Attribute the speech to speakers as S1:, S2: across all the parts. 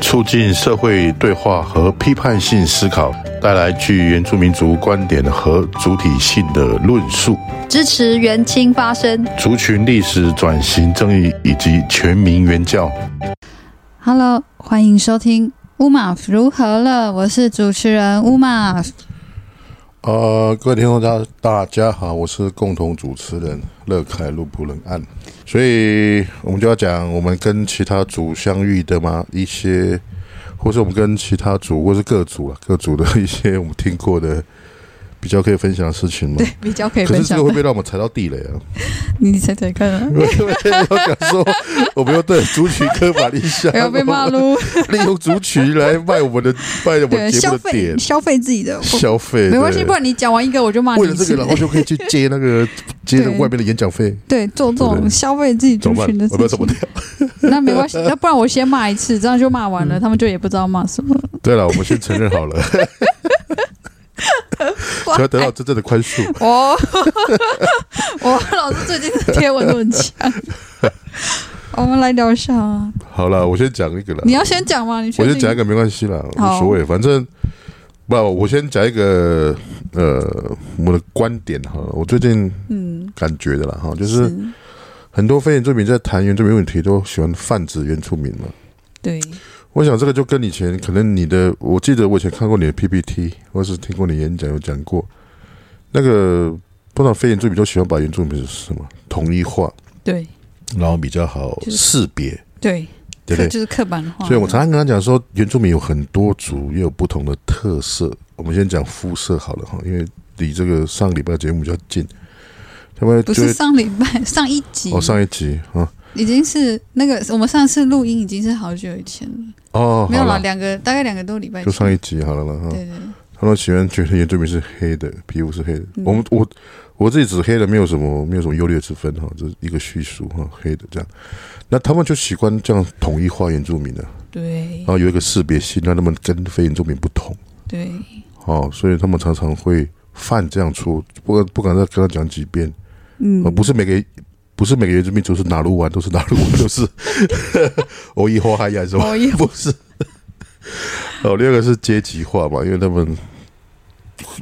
S1: 促进社会对话和批判性思考，带来具原住民族观点和主体性的论述，
S2: 支持原青发声。
S1: 族群历史转型正义以及全民原教。
S2: Hello，欢迎收听《乌马夫如何了》，我是主持人乌马。
S1: 呃，各位听众大大家好，我是共同主持人乐凯路普冷案，所以我们就要讲我们跟其他组相遇的嘛一些，或是我们跟其他组或是各组了各组的一些我们听过的比较可以分享的事情嘛。
S2: 比较 可以
S1: 可
S2: 分
S1: 是这
S2: 享
S1: 个会 不会让我们踩到地雷啊？
S2: 你猜猜看、啊，
S1: 因为我想说，我们要对族群刻板印象，
S2: 不 要被骂喽。
S1: 利用族群来卖我们的卖
S2: 对，
S1: 我们节
S2: 消
S1: 目的
S2: 费
S1: 点
S2: 消费自己的，
S1: 消费，
S2: 没关系，
S1: 对
S2: 不然你讲完一个我就骂你
S1: 为了
S2: 一
S1: 这
S2: 次
S1: 个，。然后就可以去接那 个接那个外面的演讲费，
S2: 对，做这
S1: 对
S2: 种
S1: 对
S2: 消费自己
S1: 怎
S2: 族
S1: 么办
S2: 群的？
S1: 我
S2: 事
S1: 们要怎 么
S2: 情，
S1: 掉？
S2: 那没 关系，那不然我先骂一次，这样就骂
S1: 嗯
S2: 完了，他们就也不知道骂什么 了。
S1: 对了，我们先承认好了，
S2: 哇
S1: 才会得到真正的宽恕。
S2: 哦， 我老师最近的贴文都很 强。我们来聊一下啊，
S1: 好了，我先讲一个了
S2: 你，要先讲吗？你确
S1: 我
S2: 定
S1: 先讲一个没关系啦，
S2: 好
S1: 无所谓，反正不，我先讲一个呃，我的观点哈，我最近
S2: 嗯，
S1: 感觉的啦哈，就是很多非原住民在谈原住民问题都喜欢泛指原住民嘛。
S2: 对，
S1: 我想这个就跟以前可能你的，我记得我以前看过你的 PPT，或是听过你演讲有讲过，那个通常非原住民都喜欢把原住民是什么统一化，
S2: 对，
S1: 然后比较好
S2: 就是
S1: 识别，
S2: 对，
S1: 对不对？
S2: 就是刻板化。
S1: 所以我常常跟他讲说，原住民有很多族，也有不同的特色。我们先讲肤色好了哈，因为离这个上礼拜节目比较近，他们
S2: 不
S1: 就是会
S2: 上礼拜上一集
S1: 哦上一集啊
S2: 已经是那个我们上次录音已经是好久以前了，
S1: 哦，
S2: 没有
S1: 好
S2: 啦，
S1: 了，
S2: 两个大概两个多礼拜
S1: 就
S2: 前。
S1: 上一集好了了哈。
S2: 对对，对
S1: 他们喜欢觉得原住民是黑的，皮肤是黑的。
S2: 嗯
S1: 我们我我自己指黑的没有什么没有什么优劣之分哈，这是一个叙述哈，黑的这样。那他们就习惯这样统一化原住民的，
S2: 对
S1: 然后有一个识别性，让他们跟非原住民不同
S2: 对，
S1: 哦，所以他们常常会犯这样错，不敢不敢再跟他讲几遍，
S2: 嗯
S1: 呃，，不是每个。不是每个原住民族是哪路玩都是哪路玩都是， 我以后还演什么？
S2: 哦， 也
S1: 不是。哦，第二个是阶级化嘛，因为他们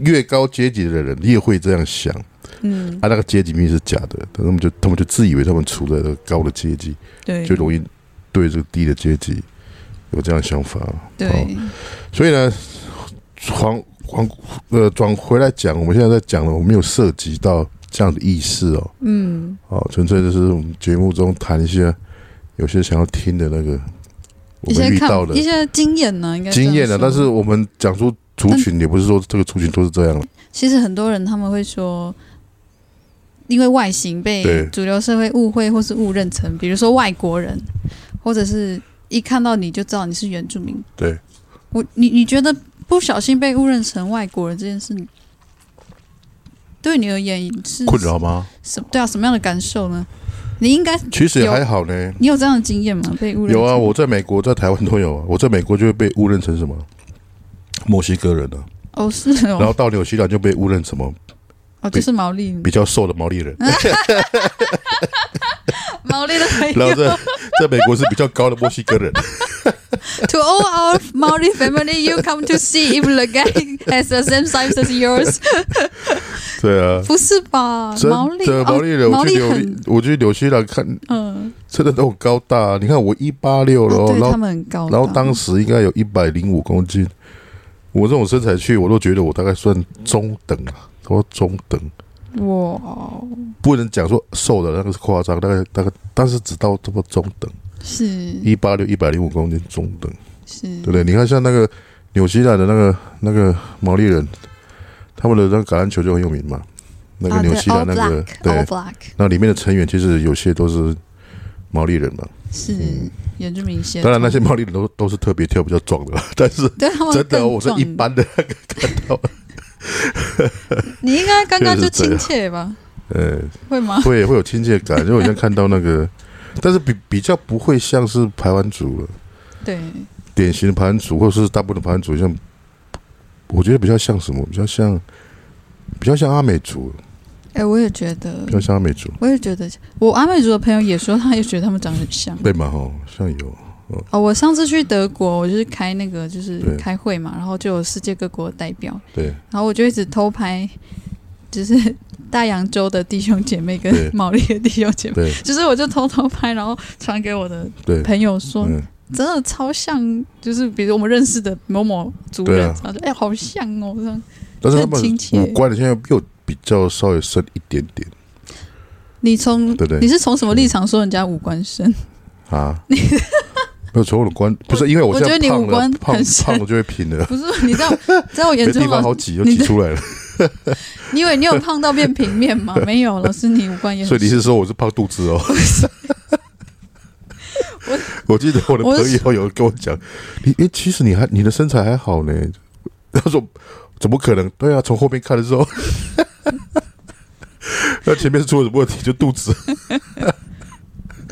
S1: 越高阶级的人越会这样想，
S2: 嗯，
S1: 啊，那个阶级明明是假的，他们就他们就自以为他们处在那个高的阶级，
S2: 对，
S1: 就容易对这个低的阶级有这样想法。
S2: 对，
S1: 哦所以呢，黄黄呃转回来讲，我们现在在讲了，我没有涉及到这样的意识哦，
S2: 嗯，
S1: 哦，纯粹就是我们节目中谈一些有些想要听的那个我
S2: 一些
S1: 们遇
S2: 看
S1: 到的
S2: 一些经验呢，应该这样
S1: 经验的，啊
S2: 说
S1: 但是我们讲出族群，也不是说这个族群都是这样了。
S2: 其实很多人他们会说。因为外形被
S1: 对
S2: 主流社会误会或是误认成，比如说外国人，或者是一看到你就知道你是原住民。
S1: 对，
S2: 我你你觉得不小心被误认成外国人这件事，对你而言是
S1: 困扰吗？
S2: 什对啊什么样的感受呢？你应该
S1: 其实也
S2: 有
S1: 还好呢。
S2: 你有这样的经验吗？被误认
S1: 有啊，
S2: 成
S1: 我在美国、在台湾都有啊。我在美国就会被误认成什么墨西哥人啊，
S2: 哦是哦，
S1: 然后到纽西兰就被误认什么
S2: 哦，就是毛利，
S1: 比较瘦的毛利 人，
S2: 嗯毛利的朋
S1: 然后在
S2: 友。
S1: 在美国是比较高的墨西哥人。
S2: to all our Maori family, you come to see if the guy has the same size as yours 。
S1: 对啊，
S2: 不是吧？
S1: 真
S2: 毛利，
S1: 的
S2: 哦
S1: 毛利人，
S2: 毛
S1: 我去
S2: 利
S1: 纽
S2: 很，
S1: 我去纽西兰看，
S2: 嗯，
S1: 真的都很高大啊。你看我一八六
S2: 哦
S1: 喽，
S2: 对
S1: 然后
S2: 他们很高大。
S1: 然后当时应该有一百零五公斤，我这种身材去，我都觉得我大概算中等啊，说中等，
S2: 哇，
S1: 不能讲说瘦的那个是夸张，大概大概，但是只到这么中等，
S2: 是
S1: 一八六一百零五公斤中等，
S2: 是
S1: 对，
S2: 嗯
S1: 不对？你看像那个纽西兰的那个那个毛利人，他们的那个橄榄球就很有名嘛，那个
S2: 啊
S1: 纽
S2: 对
S1: 西兰
S2: all
S1: 那个
S2: black,
S1: 对
S2: all，black
S1: 那里面的成员其实有些都是毛利人嘛，
S2: 是
S1: 嗯
S2: 原住民血统。
S1: 当然那些毛利人都都是特别跳比较壮的啦，但是
S2: 对他们
S1: 真的哦
S2: 更
S1: 我是
S2: 壮
S1: 一般 的那个看到。
S2: 你应该刚刚就
S1: 确实是这
S2: 亲
S1: 样
S2: 切吧？
S1: 呃，
S2: 会吗？
S1: 会会有亲切感，因为我现在看到那个但是比比较不会像是排湾族了，
S2: 对，
S1: 典型的排湾族或是大部分的排湾族像，我觉得比较像什么？比较像，比较像阿美族，
S2: 哎，我也觉得
S1: 比，较像阿美族，
S2: 我也觉得，我阿美族的朋友也说，他也觉得他们长得很像。
S1: 对嘛？吼，像有，
S2: 哦，我上次去德国，我就是开那个就是
S1: 对
S2: 开会嘛，然后就有世界各国的代表，
S1: 对
S2: 然后我就一直偷拍，就是 大洋洲的弟兄姐妹跟
S1: 对
S2: 毛利的弟兄姐妹，
S1: 对
S2: 就是我就偷偷拍，然后传给我的
S1: 对，
S2: 朋友说，
S1: 嗯，
S2: 真的超像，就是比如我们认识的某某族
S1: 对
S2: 人，
S1: 啊
S2: 然后就哎、好像哦，这样。
S1: 但是他
S2: 很
S1: 们
S2: 亲切
S1: 五官现在又比较稍微深一点点，
S2: 你从
S1: 对不嗯
S2: 你
S1: 对？
S2: 是从什么立场说人家五官深？
S1: 啊，没有从我的观，不是因为
S2: 我
S1: 现
S2: 觉
S1: 在
S2: 得你
S1: 胖
S2: 五官
S1: 了，胖
S2: 很深啊
S1: 胖了就会平了，
S2: 不是，你知道，在我眼
S1: 没
S2: 中
S1: 地方
S2: 老
S1: 好
S2: 师，
S1: 挤就挤出来了。
S2: 你以为你有胖到变平面 吗？没有，老师你五官也
S1: 所
S2: 很
S1: 以你
S2: 深。
S1: 是说我是胖肚子哦？我记得我的朋
S2: 我是
S1: 友有跟我讲，你诶，其实你还你的身材还好呢。他说怎么可能？对啊，从后面看的 时候，那前面是出了什么问题？就肚子，
S2: 呃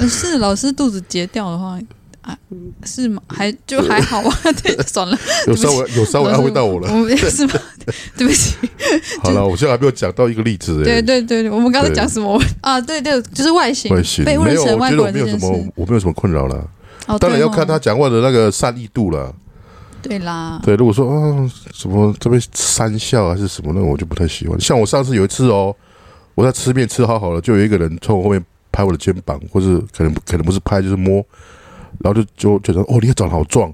S2: 是老师肚子截掉的话。啊，是吗？还就还好吧， 对，算了，
S1: 有稍微有稍微安慰到我了。
S2: 我们 是吗？ 对不起，
S1: 好了，我现在还没有讲到一个例子
S2: 对
S1: 诶，
S2: 对对，对我们刚刚
S1: 对
S2: 讲什么？啊，对对，就是外形
S1: 外形
S2: 被
S1: 没
S2: 问
S1: 有，
S2: 成
S1: 我
S2: 外
S1: 觉得
S2: 国
S1: 我
S2: 人
S1: 没
S2: 这
S1: 有什
S2: 件事
S1: 么，我没有什么困扰啦。
S2: 哦
S1: 当
S2: 对
S1: 然要
S2: 哦
S1: 看他讲话的那个善意度了。
S2: 对啦，
S1: 对，如果说啊什么这边三笑还是什么，那我就不太喜欢。像我上次有一次哦，我在吃面吃好好了，就有一个人从我后面拍我的肩膀，或是可能可能不是拍就是摸，然后就就觉得哦，你长得好壮，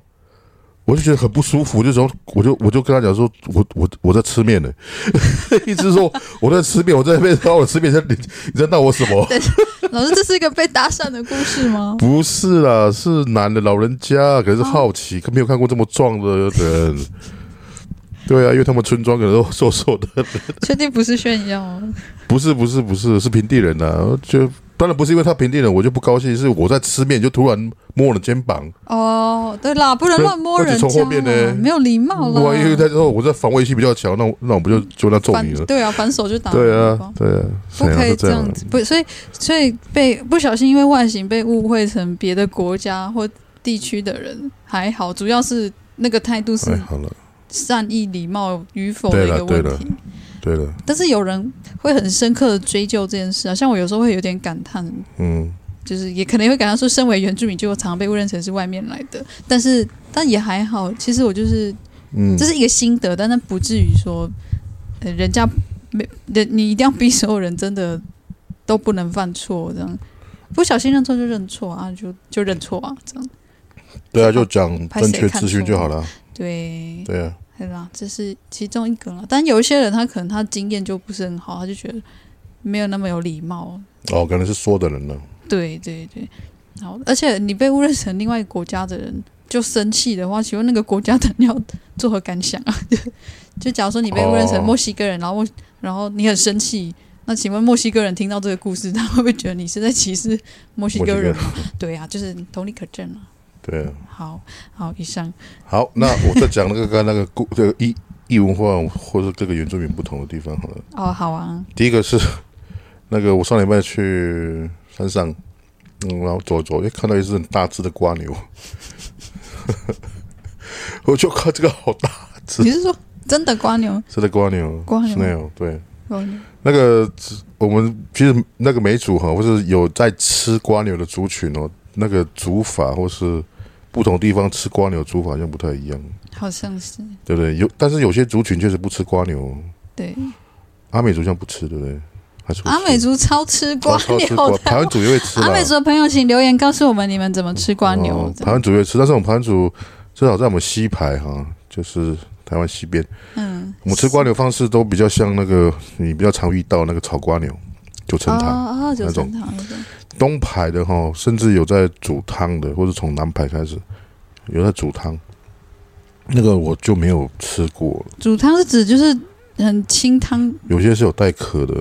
S1: 我就觉得很不舒服，就说我就我就跟他讲说，我我我在吃面呢， 一直说我在吃面，我在那边闹我吃面，你在你你在闹我什么？
S2: 老师，这是一个被搭讪的故事 吗？
S1: 不是啦，是男的老人家，可能是好奇，
S2: 哦
S1: 可没有看过这么壮的人。对啊，因为他们村庄可能都瘦瘦的，
S2: 确定不是炫耀哦？
S1: 不是不是不是，是平地人呐、啊。就当然不是因为他平地人我就不高兴，是我在吃面就突然摸我的肩膀，
S2: 哦，对啦，不能乱摸人家
S1: 那就从后面
S2: 啦，
S1: 呢
S2: 没有礼貌啦。
S1: 万一他说我在防卫性比较强，那我那我不就就那揍
S2: 反
S1: 你了？
S2: 对啊，嗯反手就打人
S1: 对
S2: 了吧。
S1: 啊，对啊，
S2: 不可
S1: 谁
S2: 以这
S1: 要这
S2: 样
S1: 样
S2: 子，不，所以所以被不小心因为外形被误会成别的国家或地区的人还好，主要是那个态度
S1: 哎，
S2: 是
S1: 好了，
S2: 善意礼貌与否的一个
S1: 对
S2: 问
S1: 了对
S2: 题。
S1: 对了，
S2: 但是有人会很深刻的追究这件事啊，像我有时候会有点感叹，
S1: 嗯，
S2: 就是也可能会感叹说，身为原住民，就常常被误认成是外面来的，但是但也还好，其实我就是
S1: 嗯
S2: 这是一个心得，但那不至于说，呃，人家没人，你一定要逼所有人真的都不能犯错，这样不小心认错就认错啊，就就认错啊，这样
S1: 对啊，就讲
S2: 拍
S1: 正
S2: 谁
S1: 确
S2: 看
S1: 资讯
S2: 错
S1: 就好了。
S2: 对，
S1: 对啊，
S2: 对啦，这是其中一个啦。但有一些人他可能他经验就不是很好，他就觉得没有那么有礼貌，
S1: 哦，可能是说的人了。
S2: 对对对，好，而且你被误认成另外一个国家的人就生气的话，请问那个国家的人要作何感想啊？ 就就假如说你被误认成
S1: 哦
S2: 墨西哥人，然后墨然后你很生气，那请问墨西哥人听到这个故事，他会不会觉得你是在歧视墨西哥人吗？ 对啊，就是同理可证啊。
S1: 对啊。
S2: 好好，以上
S1: 好，那我再讲那个刚刚那个故这个异异文化或者各个原住民不同的地方好了。
S2: 哦，好啊，
S1: 第一个是 那个我上礼拜去山上，嗯，然后走一走，哎，看到一只很大只的瓜牛， 我就靠这个好大只
S2: 你是说真的瓜牛？
S1: 只的瓜牛，
S2: 瓜牛
S1: 没有对。
S2: 瓜牛
S1: 那个我们其实那个美族哈，或是有在吃瓜牛的族群哦，那个煮法或是不同地方吃瓜牛煮法好像不太一样，
S2: 好像是
S1: 对不对？有，但是有些族群确实不吃瓜牛哦，
S2: 对，
S1: 阿美族像不吃，对不对？还是会吃
S2: 阿美族超吃瓜
S1: 哦超吃
S2: 牛
S1: 瓜，
S2: 的
S1: 台湾族也会吃啦。
S2: 阿美族的朋友，请留言告诉我们你们怎么吃瓜牛。
S1: 哦
S2: 这
S1: 台
S2: 样
S1: 湾族也会吃，但是我们台湾族至少在我们西排哈，就是台湾西边，
S2: 嗯，
S1: 我们吃瓜牛方式都比较像那个你比较常遇到那个炒瓜牛、九层塔。
S2: 哦哦，九
S1: 那
S2: 层
S1: 种
S2: 塔那种，
S1: 东排的哈，甚至有在煮汤的，或者从南排开始有在煮汤，那个我就没有吃过，
S2: 煮汤是指就是很清汤
S1: 有些是有带壳的。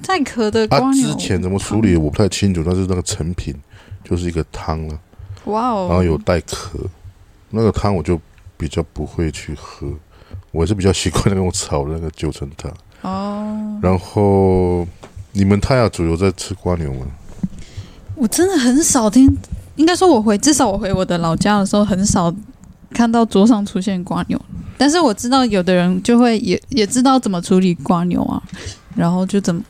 S2: 带壳的
S1: 啊，
S2: 瓜牛。
S1: 之前怎么处理我不太清楚，但是那个成品就是一个汤了。
S2: 哇哦，
S1: 然后有带壳，那个汤我就比较不会去喝，我是比较习惯那种炒的那个九层塔。
S2: 哦，
S1: 然后你们泰雅族有在吃瓜牛吗？
S2: 我真的很少听，应该说我回至少我回我的老家的时候很少看到桌上出现瓜牛，但是我知道有的人就会也也知道怎么处理瓜牛啊，然后就怎么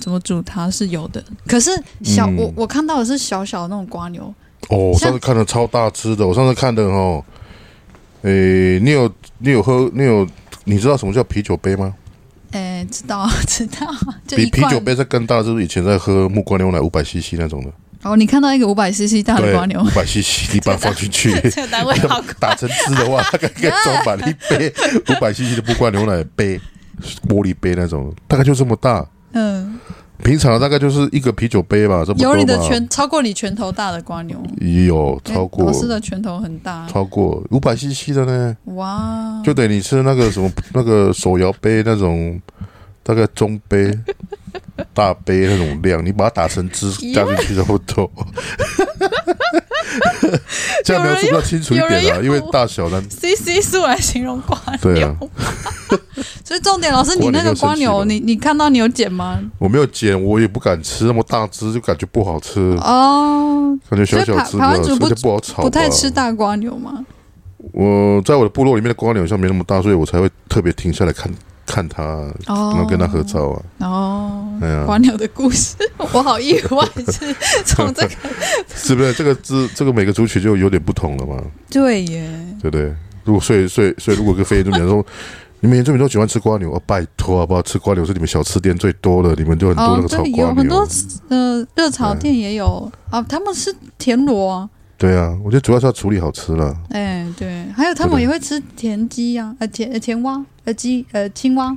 S2: 怎么煮它是有的，可是小、
S1: 嗯
S2: 我我看到的是小小的那种瓜牛，
S1: 哦，我
S2: 像
S1: 上次看的超大只的，我上次看的哦，诶、你有你有喝你有你知道什么叫啤酒杯吗？
S2: 哎，知道啊知道啊，就
S1: 比
S2: 一
S1: 啤
S2: 罐
S1: 酒。杯再更大，就是以前在喝木瓜牛奶五百 CC 那种的，
S2: 哦，你看到一个五百 CC 大的
S1: 对
S2: 啊瓜，牛
S1: 五，百 CC 你把它放进 去，
S2: 这个单位好高
S1: 打成汁的话，大概可以装满一 杯五百 CC 的木瓜牛奶杯，玻璃杯那种，大概就这么大。
S2: 嗯，
S1: 平常大概就是一个啤酒杯吧，这么多
S2: 有
S1: 吧
S2: 你的拳超过你拳头大的瓜牛，
S1: 有超
S2: 哎
S1: 过
S2: 老师的拳头很大，
S1: 超过五百 CC 的呢，
S2: 哇，
S1: 就等于你吃那个什么那个手摇杯那种，大概中 杯、大杯那种量，你把它打成汁加进去差不多。 这样描述比较清楚一
S2: 有人哎
S1: 点啊，
S2: 有
S1: 因为大小呢，
S2: C C 数来形容瓜牛，
S1: 对啊，
S2: 所以重点老师，你那个瓜牛，
S1: 蜗牛更
S2: 你你看到你有剪吗？
S1: 我没有剪，我也不敢吃那么大只，就感觉不好吃，
S2: 哦，
S1: 感觉小小只
S2: 所以台台
S1: 的，
S2: 湾
S1: 而
S2: 族不
S1: 且不好炒吧。啊
S2: 不太吃大瓜牛吗？
S1: 我在我的部落里面的瓜鸟像没那么大，所以我才会特别停下来看看它，
S2: 哦，
S1: 然后跟它合。照啊。
S2: 哦，
S1: 哎呀，
S2: 瓜牛的故事，我好意外，是 从这个
S1: 是不是这个这这个每个族群就有点不同了嘛？
S2: 对耶，
S1: 对不对？如果所以所以所以如果跟非原住民说，你们原住民都喜欢吃瓜牛啊，拜托好不好？吃瓜牛是你们小吃店最多的，你们就很多
S2: 哦
S1: 那，个
S2: 这
S1: 炒
S2: 里
S1: 瓜
S2: 有很
S1: 牛。
S2: 多呃热炒店也有啊，他们是田螺啊，
S1: 对啊，我觉得主要是要处理好吃了。
S2: 哎对，还有他
S1: 对
S2: 们
S1: 对
S2: 也会吃田鸡啊，呃田呃田蛙，呃鸡呃青蛙。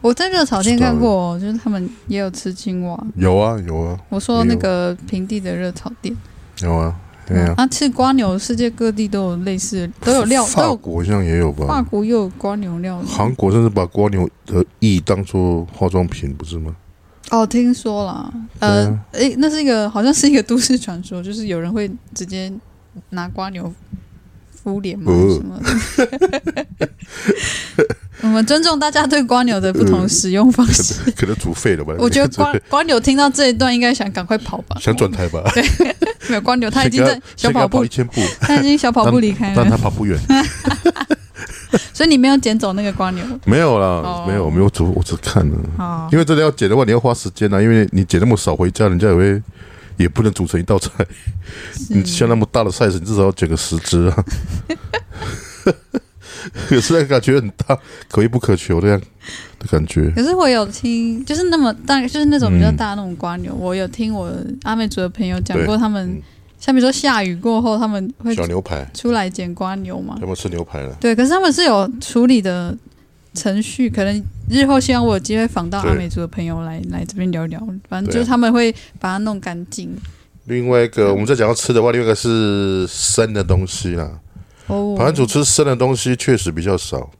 S2: 我在热炒店
S1: 知道
S2: 看过哦，就是他们也有吃青蛙。
S1: 有啊有啊
S2: 我说
S1: 也
S2: 那
S1: 有
S2: 个平地的热炒店，
S1: 有啊，对啊，
S2: 啊，吃瓜牛，世界各地都有类似，都有料，都
S1: 法
S2: 有
S1: 国好像也有
S2: 法
S1: 吧？
S2: 国又有瓜牛料理。
S1: 韩国甚至把瓜牛的翼当做化妆品，不是 吗？
S2: 哦，听说啦，呃
S1: 对啊，
S2: 诶、那是一个好像是一个都市传说， 就是有人会直接拿瓜牛敷脸嘛、
S1: 呃
S2: 什么的。 我们尊重大家对瓜牛的不同使用方 式。
S1: 可能煮废了吧？
S2: 我觉 得瓜瓜牛听到这一段应该想赶快跑吧，
S1: 想转台吧？
S2: 没有瓜牛，他已
S1: 先
S2: 经
S1: 给
S2: 在小
S1: 先给他
S2: 跑步哎
S1: 一，千 步，
S2: 他已经小跑步离开
S1: 但
S2: 了，
S1: 他 跑不远。
S2: 所以你没有捡走那个瓜牛
S1: 没有
S2: 哦
S1: 啦，没有没有煮，我只看了。
S2: 啊。
S1: 因为真的要剪的话，你要花时间啊，因为你剪那么少，回家人家也会也不能煮成一道菜。
S2: 是
S1: 你像那么大的 size，你至少要剪个十只 啊。 可是那个感觉很大，可遇不可求的样的感觉。
S2: 可是我有听，就是那么大，就是那种比较
S1: 嗯
S2: 大的那种瓜牛，我有听我阿美族的朋友讲
S1: 对
S2: 过，他们
S1: 嗯
S2: 像比如说下雨过后，他们会
S1: 牛排，
S2: 出来捡瓜牛嘛
S1: 要？不要吃牛排了？
S2: 对，可是他们是有处理的程序，可能日后希望我有机会访到
S1: 对
S2: 阿美族的朋友来来这边聊聊，反正
S1: 对啊
S2: 就是他们会把它弄干净。
S1: 另外一
S2: 嗯
S1: 个，我们再讲到吃的话，另外一个是生的东西啦。
S2: 哦，
S1: 台湾主吃生的东西确实比较少。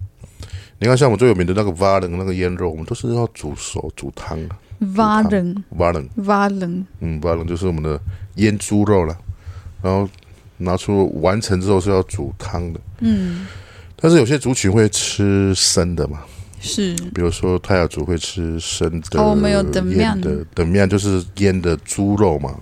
S1: 你看，像我们最有名的那个蛙冷那个腌肉，我们都是要煮熟煮汤啊。
S2: 蛙人
S1: 蛙冷，
S2: 蛙人，
S1: 嗯，蛙冷就是我们的腌猪肉了，然后拿出完成之后是要煮汤的。
S2: 嗯，
S1: 但是有些族群会吃生的嘛，
S2: 是
S1: 比如说泰雅族会吃生的，
S2: 哦我们有等面
S1: 腌的等面就是腌的猪肉嘛。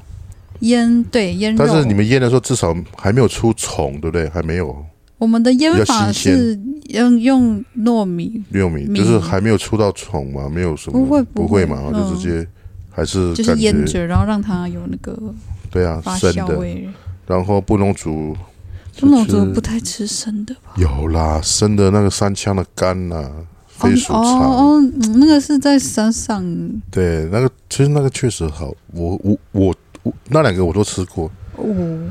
S2: 腌对腌肉，
S1: 但是你们腌的时候至少还没有出虫，对不对？还没有
S2: 我们的腌
S1: 比较
S2: 法
S1: 新鲜
S2: 是用用糯米，
S1: 六米，
S2: 米
S1: 就是还没有出到虫嘛，没有什么
S2: 不会
S1: 不
S2: 会
S1: 会嘛，
S2: 嗯
S1: 就直接还是
S2: 就是
S1: 感觉
S2: 腌着，然后让它有那个
S1: 对啊，
S2: 发
S1: 生
S2: 酵
S1: 的。
S2: 味。
S1: 然后布农族
S2: 中种族
S1: 吃
S2: 不太吃生的吧？
S1: 有啦，生的那个三枪的肝呐、飞鼠
S2: 哦
S1: 肠，
S2: 哦，嗯那个是在山上，
S1: 对，那个其实那个确实好，我我我我那两个我都吃过。
S2: 哦，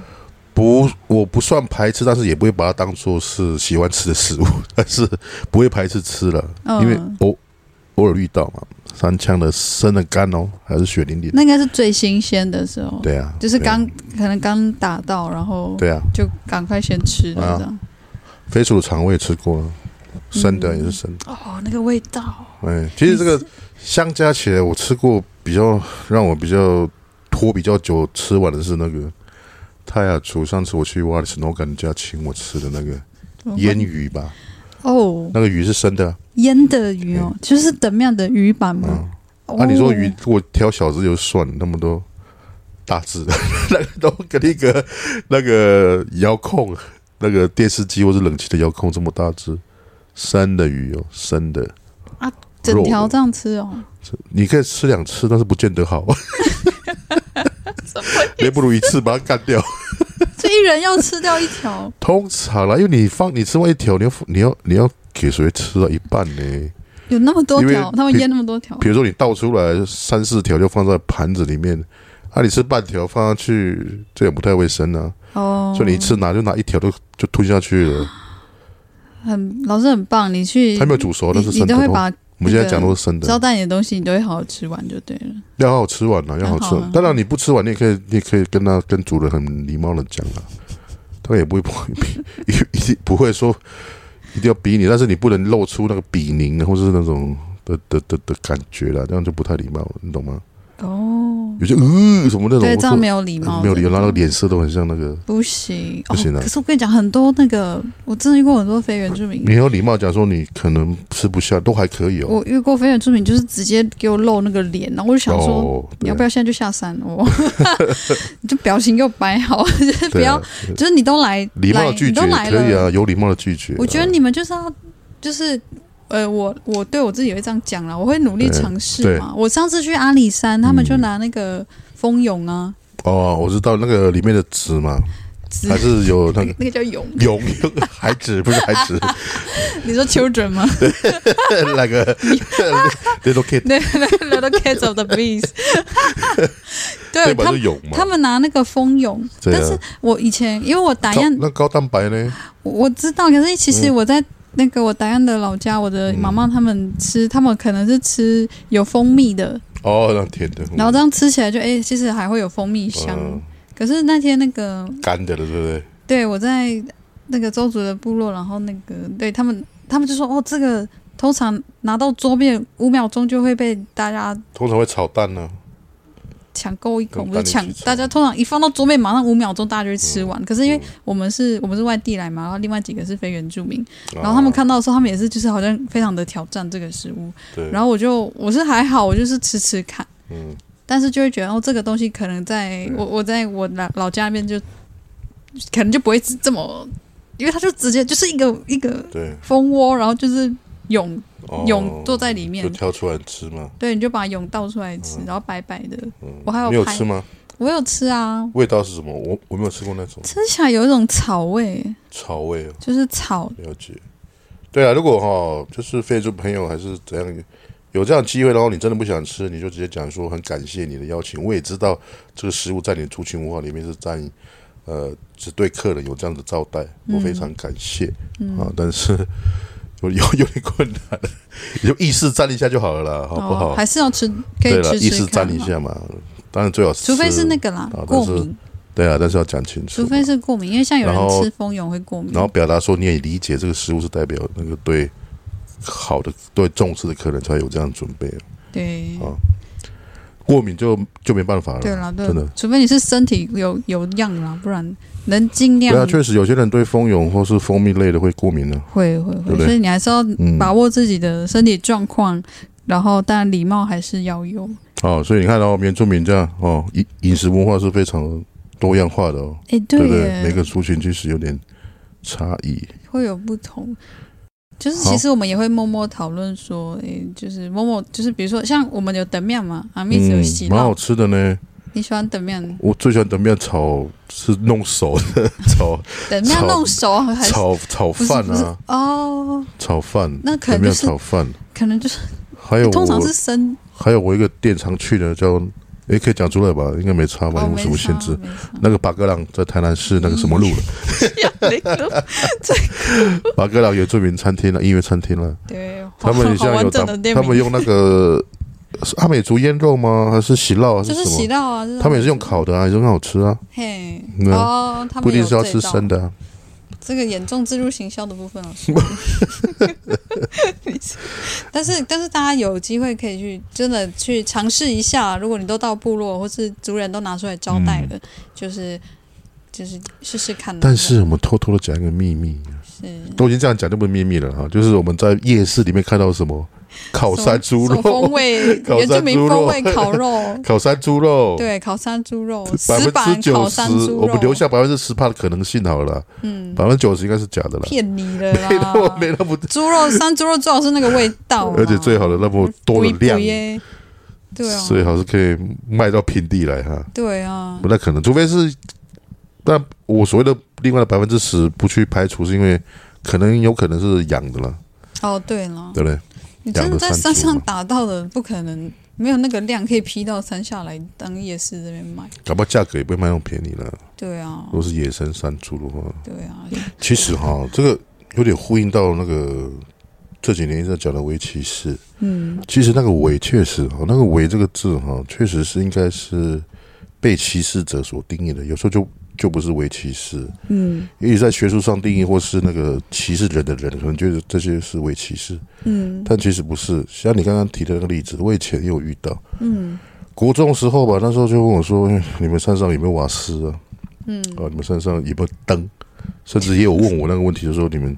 S1: 不，我不算排斥，但是也不会把它当做是喜欢吃的食物， 但是不会排斥吃了，因为
S2: 嗯，
S1: 偶偶尔遇到嘛，三枪的生的肝哦，还是血淋淋。
S2: 那应该是最新鲜的时候，
S1: 对啊，
S2: 就是
S1: 对啊
S2: 刚可能刚打到，然后
S1: 对啊，
S2: 就赶快先吃了
S1: 啊
S2: 这样。
S1: 飞鼠肠我也吃过了，生的
S2: 嗯
S1: 也是生的。
S2: 哦，那个味道，
S1: 哎，其实这个
S2: 你
S1: 相加起来，我吃过比较让我比较拖比较久吃完的是那个泰雅族，上次我去瓦里斯诺干家请我吃的那个腌鱼吧，
S2: 哦，
S1: 那个鱼是生的啊，
S2: 腌的鱼哦，就是怎么样的鱼板吗
S1: 嗯？
S2: 哦
S1: 按、你说鱼，我挑小只就算了，那么多 大致的，那个都跟那个那个遥控、那个电视机或是冷气的遥控这么大只，生的鱼哦，生的，
S2: 整条这样吃哦，
S1: 你可以吃两次，但是不见得好，也不如一次把它干掉。，
S2: 就一人要吃掉一条
S1: 通常啦，因为你放你吃完一条，你要你要你要给谁吃到一半呢？
S2: 有那么多
S1: 因为
S2: 条，他们腌那么多条，
S1: 比如说你倒出来三四条就放在盘子里面，啊，你吃半条放上去，这也不太卫生啊。
S2: 哦，
S1: 所以你一次拿就拿一条就就吞下去了，
S2: 很老师很棒，你去
S1: 还没有煮熟，但是
S2: 嗯你
S1: 生
S2: 你
S1: 的
S2: 都会
S1: 哦。
S2: 把
S1: 我们现在讲都是生
S2: 招
S1: 的，
S2: 待你的东西，你都会好好吃完就对了。
S1: 要好好吃完了，要好吃
S2: 很好
S1: 完。
S2: 啊
S1: 当然你不吃完，你也可以，你也可以跟他跟主人很礼貌的讲啊，他也不会不 一一定不会说一定要逼你，但是你不能露出那个鄙狞或者是那种的的的的感觉啦，这样就不太礼貌了，你懂吗？
S2: 哦，
S1: 有些呃什么那种，
S2: 对，
S1: 我
S2: 这
S1: 说嗯
S2: 样没有礼貌，
S1: 没有理由，
S2: 真
S1: 然
S2: 的
S1: 后那个脸色都很像那个。
S2: 不行，
S1: 不行啊
S2: 哦。可是我跟你讲，很多那个，我真的遇过很多非原住民
S1: 你，有礼貌讲说你可能吃不下，都还可以哦。
S2: 我遇过非原住民，就是直接给我露那个脸，然后我就想说，
S1: 哦，
S2: 你
S1: 对
S2: 要不要现在就下山？ 我， 你就表情给我摆好， 就是不
S1: 对啊
S2: 要，就是你都来，
S1: 礼貌
S2: 来
S1: 的拒
S2: 你
S1: 绝
S2: 都来
S1: 可以
S2: 了。
S1: 啊，有礼貌的拒绝啊。
S2: 我觉得你们就是要，就是。呃，我我对我自己也会这样讲啦，我会努力
S1: 对
S2: 尝试
S1: 对
S2: 嘛。我上次去阿里山，他们就
S1: 嗯
S2: 拿那个蜂蛹啊，
S1: 哦，我知道那个里面的纸嘛，
S2: 纸
S1: 还是有那个
S2: 那个叫 蛹，
S1: 蛹，有海纸不是海 纸，
S2: 你说 children 吗？
S1: 那个
S2: 啊
S1: little kid
S2: 对，Little Kids of the Beast，对
S1: 对吧？
S2: 他
S1: 就
S2: 们
S1: 蛹
S2: 他
S1: 嘛。
S2: 们拿那个蜂蛹，
S1: 对啊
S2: 但是我以前因为我打
S1: 高
S2: 样
S1: 那高蛋白呢？
S2: 我我知道，可是其实
S1: 嗯
S2: 我在那个我打样的老家，我的妈妈他们
S1: 嗯
S2: 吃，他们可能是吃有蜂蜜的，
S1: 哦，那甜的，
S2: 然后这样吃起来就哎、其实还会有蜂蜜香。
S1: 嗯
S2: 可是那天那个
S1: 干的了，对不对？
S2: 对我在那个周族的部落，然后那个对他们他们就说哦，这个通常拿到桌面五秒钟就会被大家
S1: 通常会炒蛋呢。
S2: 抢购一空，
S1: 跟
S2: 不是
S1: 蛋一
S2: 抢
S1: 起吃，
S2: 大家通常一放到桌面，马上五秒钟大家就会吃完。可是因为
S1: 嗯
S2: 我们是我们是外地来嘛，然后另外几个是非原住民，
S1: 然
S2: 然后他们看到的时候，他们也是就是好像非常的挑战这个食物。
S1: 对，
S2: 然后我就我是还好，我就是吃吃看，
S1: 嗯，
S2: 但是就会觉得哦，这个东西可能在我我在我老老家那边就可能就不会这么，因为它就直接就是一个一个
S1: 对，
S2: 蜂窝，然后就是蛹
S1: 哦
S2: 蛹坐在里面
S1: 就挑出来吃嘛。
S2: 对，你就把蛹倒出来吃，然后白白的。
S1: 嗯
S2: 我还有
S1: 你有
S2: 拍
S1: 吃吗？
S2: 我有吃啊，
S1: 味道是什么？我我没有吃过那种
S2: 吃起来有一种草味，
S1: 草味哦。
S2: 就是草
S1: 了解。对啊，如果哈、就是非洲朋友还是怎样，有这样机会，然后你真的不想吃，你就直接讲说很感谢你的邀请。我也知道这个食物在你的族群文化里面是占，呃，只对客人有这样的招待，
S2: 嗯
S1: 我非常感谢、啊。但是有有有点困难，你就意识沾一下就好了啦，好不好？
S2: 哦还是要吃，可
S1: 对
S2: 以
S1: 了，
S2: 吃
S1: 意
S2: 吃
S1: 识
S2: 看
S1: 沾
S2: 嘛
S1: 一，下嘛。当然最好吃，
S2: 除非是那个啦
S1: 啊，但
S2: 过
S1: 是
S2: 敏，
S1: 对啊，但是要讲清楚
S2: 除。非是过敏，因为像有
S1: 然
S2: 人
S1: 后
S2: 吃蜂蛹会过敏
S1: 然，后表达说你也理解这个食物是代表那个对好的、对重视的客人才有这样准备。
S2: 对
S1: 啊过敏就就没办法
S2: 对
S1: 了。
S2: 啦，对
S1: 嗯真的，
S2: 除非你是身体有有恙啦，不然能尽
S1: 对啊，
S2: 量
S1: 确实有些人对蜂蛹或是蜂蜜类的会过敏呢、
S2: 会会
S1: 对
S2: 会，
S1: 不对
S2: 所以你还是要
S1: 嗯，
S2: 把握自己的身体状况，然后当然礼貌还是要有。
S1: 哦，所以你看哦，原住民这样哦，饮饮食文化是非常多样化的哦，
S2: 哎，
S1: 对不对？每
S2: 耶，
S1: 个族群其实有点差异。
S2: 会有不同。就是
S1: 好
S2: 其实我们也会默默讨论说，诶，就是默默就是比如说像我们有等面嘛，阿密斯有喜
S1: 嗯蛮好
S2: 酪，
S1: 吃的呢。
S2: 你喜欢等面？
S1: 我最喜欢的面炒是弄熟的，炒
S2: 等面
S1: 炒
S2: 弄熟 还是
S1: 炒炒
S2: 不是
S1: 饭
S2: 不是
S1: 啊，
S2: 哦，
S1: 炒饭，
S2: 那可能
S1: 没
S2: 就
S1: 有
S2: 是
S1: 炒饭？
S2: 可能就是
S1: 还有
S2: 通常
S1: 我
S2: 是生
S1: 还有我一个店常去的叫，也可以讲出来吧，应该没差吧，
S2: 哦，
S1: 有
S2: 没
S1: 什么限
S2: 差
S1: 制？
S2: 没差
S1: 那个巴格朗在台南市那个什么路了， 巴格朗原住民餐厅了，音乐餐厅了，
S2: 对，好
S1: 他们
S2: 哦好
S1: 像
S2: 完
S1: 有
S2: 整
S1: 打
S2: 的店
S1: 他
S2: 名
S1: 们用那个是阿美族腌肉吗？还是喜酪？还
S2: 就是
S1: 什
S2: 喜
S1: 么？
S2: 酪啊，
S1: 他们也是用
S2: 烤
S1: 烤的啊，也是很好吃啊，
S2: 嘿
S1: 嗯啊
S2: 哦，他们
S1: 不一定是要
S2: 有嗯这
S1: 吃生
S2: 道，
S1: 的啊。
S2: 这个严重自入行销的部分啊。 但是但是大家有机会可以去真的去尝试一下，啊如果你都到部落或是族人都拿出来招
S1: 嗯
S2: 待了，就是就是试试看啊。
S1: 但是我们偷偷的讲一个秘密，啊
S2: 是
S1: 都已经这样讲，就不是秘密了哈、就是我们在夜市里面看到什么烤山猪
S2: 什么风
S1: 肉，
S2: 味，
S1: 烤
S2: 原住
S1: 山
S2: 民
S1: 猪
S2: 风
S1: 肉
S2: 味烤肉
S1: ，烤山猪肉，
S2: 对，烤山猪肉，
S1: 百
S2: 石
S1: 分之
S2: 板
S1: 九
S2: 烤
S1: 十
S2: 山，猪肉，
S1: 我们留下百分之十帕的可能性好了啦，
S2: 嗯，啊哦
S1: 百分之九十应该是假的啦，
S2: 骗你的
S1: 没那么
S2: 啦，
S1: 没那么，
S2: 猪肉山猪肉最好是那个味道嘛，
S1: 而且最好的那么多
S2: 补
S1: 的
S2: 一补
S1: 量，
S2: 耶，对啊，
S1: 最好是可以卖到平地来哈，
S2: 对啊，
S1: 不太可能，除非是，但我所谓的另外的百分之十不去排除，是因为可能有可能是养的啦，
S2: 哦对了，
S1: 对不对？
S2: 你真的在山上
S1: 养的山猪嘛
S2: 打到的，不可能没有那个量可以批到山下来当夜市这边卖，
S1: 搞不好价格也不会卖那么便宜了。
S2: 对啊
S1: 如，果是野生山猪的话，
S2: 对啊，
S1: 其实哈，这个有点呼应到那个这几年一直在讲的围棋士。
S2: 嗯，
S1: 其实那个“伪”确实哈，那个“伪”这个字哈，确实是应该是被歧视者所定义的，有时候就就不是为歧视。
S2: 嗯
S1: 也许在学术上定义或是那个歧视人的人，可能觉得这些是伪歧视，
S2: 嗯
S1: 但其实不是。像你刚刚提的那个例子，我以前也有遇到，
S2: 嗯
S1: 国中时候吧，那时候就问我说：“哎你们山上有没有瓦斯啊？
S2: 嗯
S1: 啊，你们山上有没有灯？”甚至也有问我那个问题，就说你们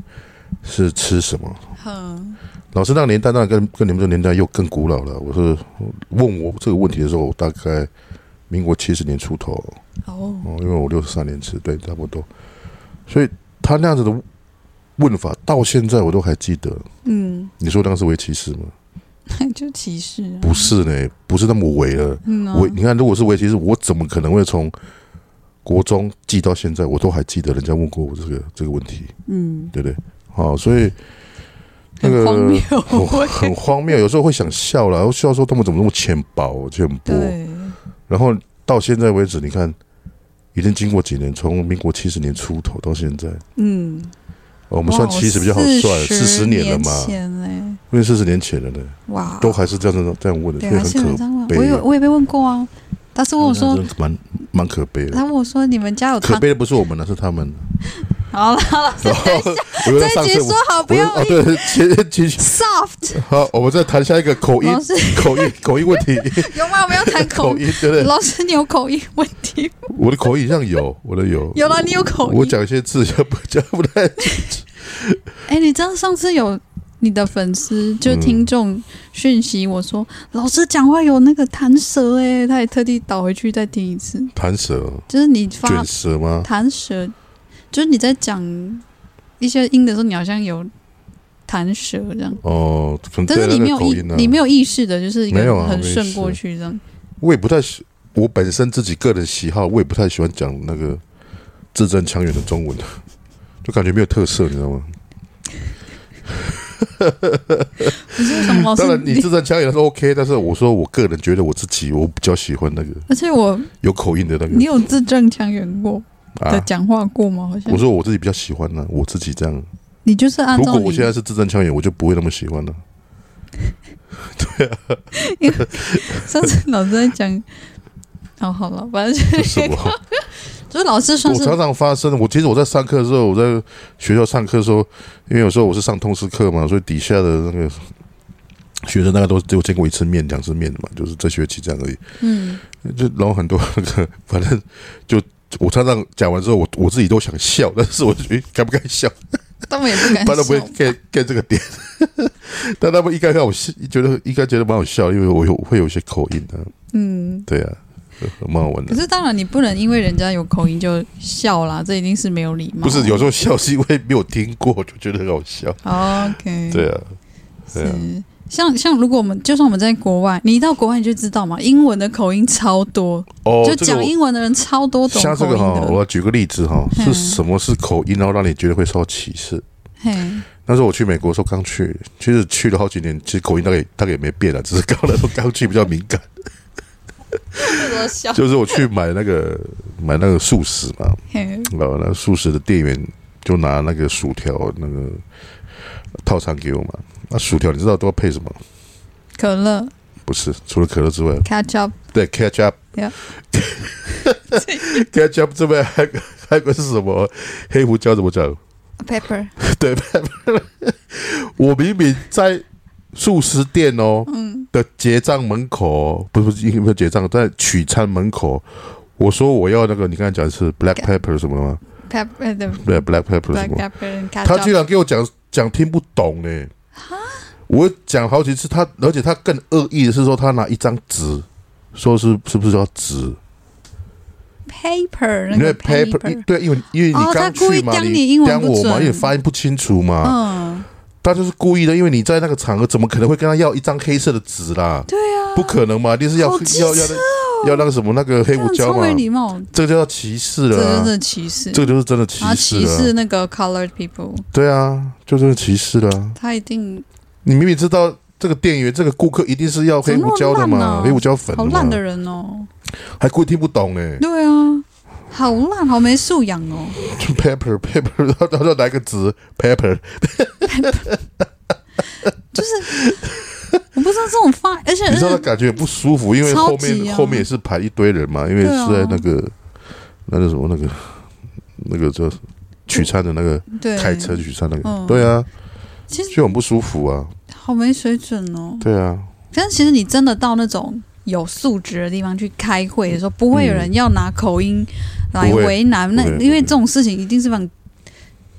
S1: 是吃什么？
S2: 哼，
S1: 老师那个年代，当然跟跟你们这个年代又更古老了。我是问我这个问题的时候，我大概民国七十年出头，
S2: 哦，
S1: 哦，因为我六十三年次，对，差不多。所以他那样子的问法，到现在我都还记得。
S2: 嗯，
S1: 你说那个是围棋士吗？
S2: 就歧视啊，
S1: 不是呢，不是那么围了。
S2: 嗯啊
S1: 围，你看，如果是围棋士，我怎么可能会从国中记到现在？我都还记得人家问过我这个这个问题，
S2: 嗯，
S1: 对不对？哦，所以那个
S2: 很荒谬，
S1: 我很荒谬，有时候会想笑了，然后笑说他们怎么那么浅薄、浅薄。
S2: 对，
S1: 然后到现在为止，你看，已经经过几年，从民国七十年出头到现在，
S2: 嗯，
S1: 哦我
S2: 我
S1: 们算七十比较好算，四十年了嘛，
S2: 前嘞，
S1: 因为四十年前了呢，
S2: 哇，
S1: 都还是这样子这样问的，
S2: 对
S1: 所以
S2: 啊，
S1: 很
S2: 是有人这
S1: 可
S2: 样问
S1: 悲嗯
S2: 我有我也被问过啊，当时问我说
S1: 真，的蛮蛮可悲的
S2: 他。问我说你们家有
S1: 可
S2: 汤？
S1: 悲的不是我们了，啊是他们。
S2: 好了好了，
S1: 然后我又 在
S2: 这
S1: 啊上
S2: 一集
S1: 次
S2: 说
S1: 我，
S2: 好不
S1: 我又
S2: 要
S1: 哦对，继继续
S2: soft，
S1: 好，我们再谈下一个口音
S2: 老师
S1: 口音口音问 题，
S2: 有吗？我们要谈口
S1: 口
S2: 音，
S1: 音对不对？
S2: 老师你有口音问 题吗？
S1: 我的口音像有，我的有，
S2: 有啦，你有口
S1: 我
S2: 音。
S1: 讲一些字也不讲不太
S2: 哎，你知道上次有你的粉丝就听众讯息我说，老师讲话有那个弹舌哎，他也特地倒回去再听一次，
S1: 弹舌
S2: 就是你发
S1: 卷舌吗？
S2: 弹舌，就是你在讲一些音的时候，你好像有弹舌这样，
S1: 哦，可能
S2: 但是
S1: 对
S2: 你
S1: 那
S2: 没
S1: 个
S2: 有
S1: 口
S2: 意
S1: 音，呢、啊
S2: 你没有意识的，就是一
S1: 没有
S2: 个
S1: 啊我
S2: 很
S1: 没意
S2: 顺
S1: 识
S2: 过去这样。
S1: 我也不太喜，啊我本身自己个人喜好，我也不太喜欢讲那个字正腔圆的中文，就感觉没有特色，你知道吗？
S2: 你哦是为什么老
S1: 当
S2: 师
S1: 然，？你字正腔圆是 OK，但是我说我个人觉得我自己，我比较喜欢那个
S2: 而且我，
S1: 有口音的那
S2: 你
S1: 个
S2: 有字正腔圆过的
S1: 啊。
S2: 讲话过吗？好像
S1: 我说我自己比较喜欢呢、啊我自己这样。
S2: 你就是按
S1: 如
S2: 照
S1: 果
S2: 你
S1: 我现在是字正腔圆，我就不会那么喜欢了、
S2: 上 次老师在讲，哦，好了，反正
S1: 为什么？
S2: 就是老师算
S1: 我
S2: 是
S1: 常常发生，我其实我在上课的时候，我在学校上课的时候，因为有时候我是上通识课嘛，所以底下的那个学生大概都只有见过一次面、两次面嘛，就是这学期这样而已。
S2: 嗯
S1: 就然后很多那个，反正就我常常讲完之后，我我自己都想笑，但是我觉得该不该笑，
S2: 他们也不敢
S1: 班 都不会
S2: 笑
S1: get get 这个点。 但他们应该让我笑觉得应该觉得蛮好笑，因为我有会有一些口音的、
S2: 嗯。
S1: 对啊，蛮好玩的
S2: 可。是当然，你不能因为人家有口音就笑啦，这一定是没有礼貌。
S1: 不是有时候笑是因为没有听过，就觉得很好笑。
S2: OK，
S1: 对啊，对啊
S2: 是像像如果我们就算我们在国外，你一到国外你就知道嘛，英文的口音超多，
S1: 哦，
S2: 就
S1: 这个
S2: 讲
S1: 我
S2: 英文的人超多种
S1: 像这
S2: 口
S1: 个
S2: 音
S1: 哈，我
S2: 的。
S1: 要举个例子哈，
S2: 嗯
S1: 是什么是口音，然后让你觉得会受到歧视？
S2: 嘿，
S1: 那时候我去美国的时候刚去，其实去了好几年，其实口音大概大概也没变了，啊只是刚那时候刚去比较敏 感。
S2: 我笑。
S1: 就是我去买那个买那个素食嘛，
S2: 嘿，
S1: 然后那个素食的店员就拿那个薯条那个套餐给我嘛。那薯条你知道都要配什么？
S2: 可乐
S1: 不是，除了可乐之外，
S2: ，ketchup，
S1: 对，ketchup。
S2: Yeah
S1: ketchup 这边还有个还有个是什么？黑胡椒怎么讲？
S2: pepper，
S1: 对， 我明明在素食店哦
S2: 嗯，
S1: 的结账门口哦，不是不是不是结账，在取餐门口，哦我说我要那个，你刚才讲的是 black pepper 什么的吗？
S2: pepper 的
S1: 对，black pepper
S2: 呃 black
S1: 什么？
S2: pepper and
S1: 他居
S2: ketchup，
S1: 然给我讲讲听不懂呢、哎我讲好几次他，而且他更恶意的是说，他拿一张纸，说是是不是叫纸？
S2: paper 那
S1: 因
S2: 个
S1: 为 paper 一对，因为因为
S2: 哦
S1: 你
S2: 他
S1: 刚
S2: 故
S1: 去
S2: 意
S1: 嘛，
S2: 刁你
S1: 你
S2: 英文
S1: 刁
S2: 不
S1: 我嘛，
S2: 准
S1: 因为发音不清楚嘛，
S2: 嗯，
S1: 他就是故意的，因为你在那个场合怎么可能会跟他要一张黑色的纸啦？
S2: 对啊，
S1: 不可能嘛，一定是要
S2: 好机
S1: 要要
S2: 车
S1: 要那个什么那个黑
S2: 这
S1: 胡
S2: 样
S1: 椒
S2: 超
S1: 嘛
S2: 没，礼貌，
S1: 这个叫歧视
S2: 这
S1: 了
S2: 真
S1: 啊、
S2: 的歧视。
S1: 这个就是真的歧
S2: 然后
S1: 视
S2: 歧
S1: 了啊、
S2: 视那个 colored people，
S1: 对啊，就真的歧视了啊、
S2: 他一定
S1: 你明明知道这个店员这个顾客一定是要黑胡椒的
S2: 怎么那么
S1: 嘛，
S2: 烂啊
S1: 黑胡椒粉
S2: 好
S1: 嘛
S2: 烂，的人哦。
S1: 还故意听不懂 哎、
S2: 对啊，好烂，好没素养哦。
S1: 就 pepper pepper，然后然后来个纸 pepper，
S2: 就是我不知道这种发，而且
S1: 你知道他
S2: 而且
S1: 感觉也不舒服，因为后
S2: 超级
S1: 面、
S2: 啊
S1: 后面也是排一堆人嘛，因为
S2: 对啊
S1: 是在那个、那个什么那个那个叫取餐的那个
S2: 对
S1: 开车取餐那个，
S2: 嗯
S1: 对啊，
S2: 其实
S1: 就很不舒服啊，
S2: 好没水准哦。
S1: 对啊，
S2: 但是其实你真的到那种有素质的地方去开会的时候，不会有人要拿口音来
S1: 不会
S2: 为难。
S1: 不
S2: 那
S1: 会不会
S2: 因为这种事情一定是蛮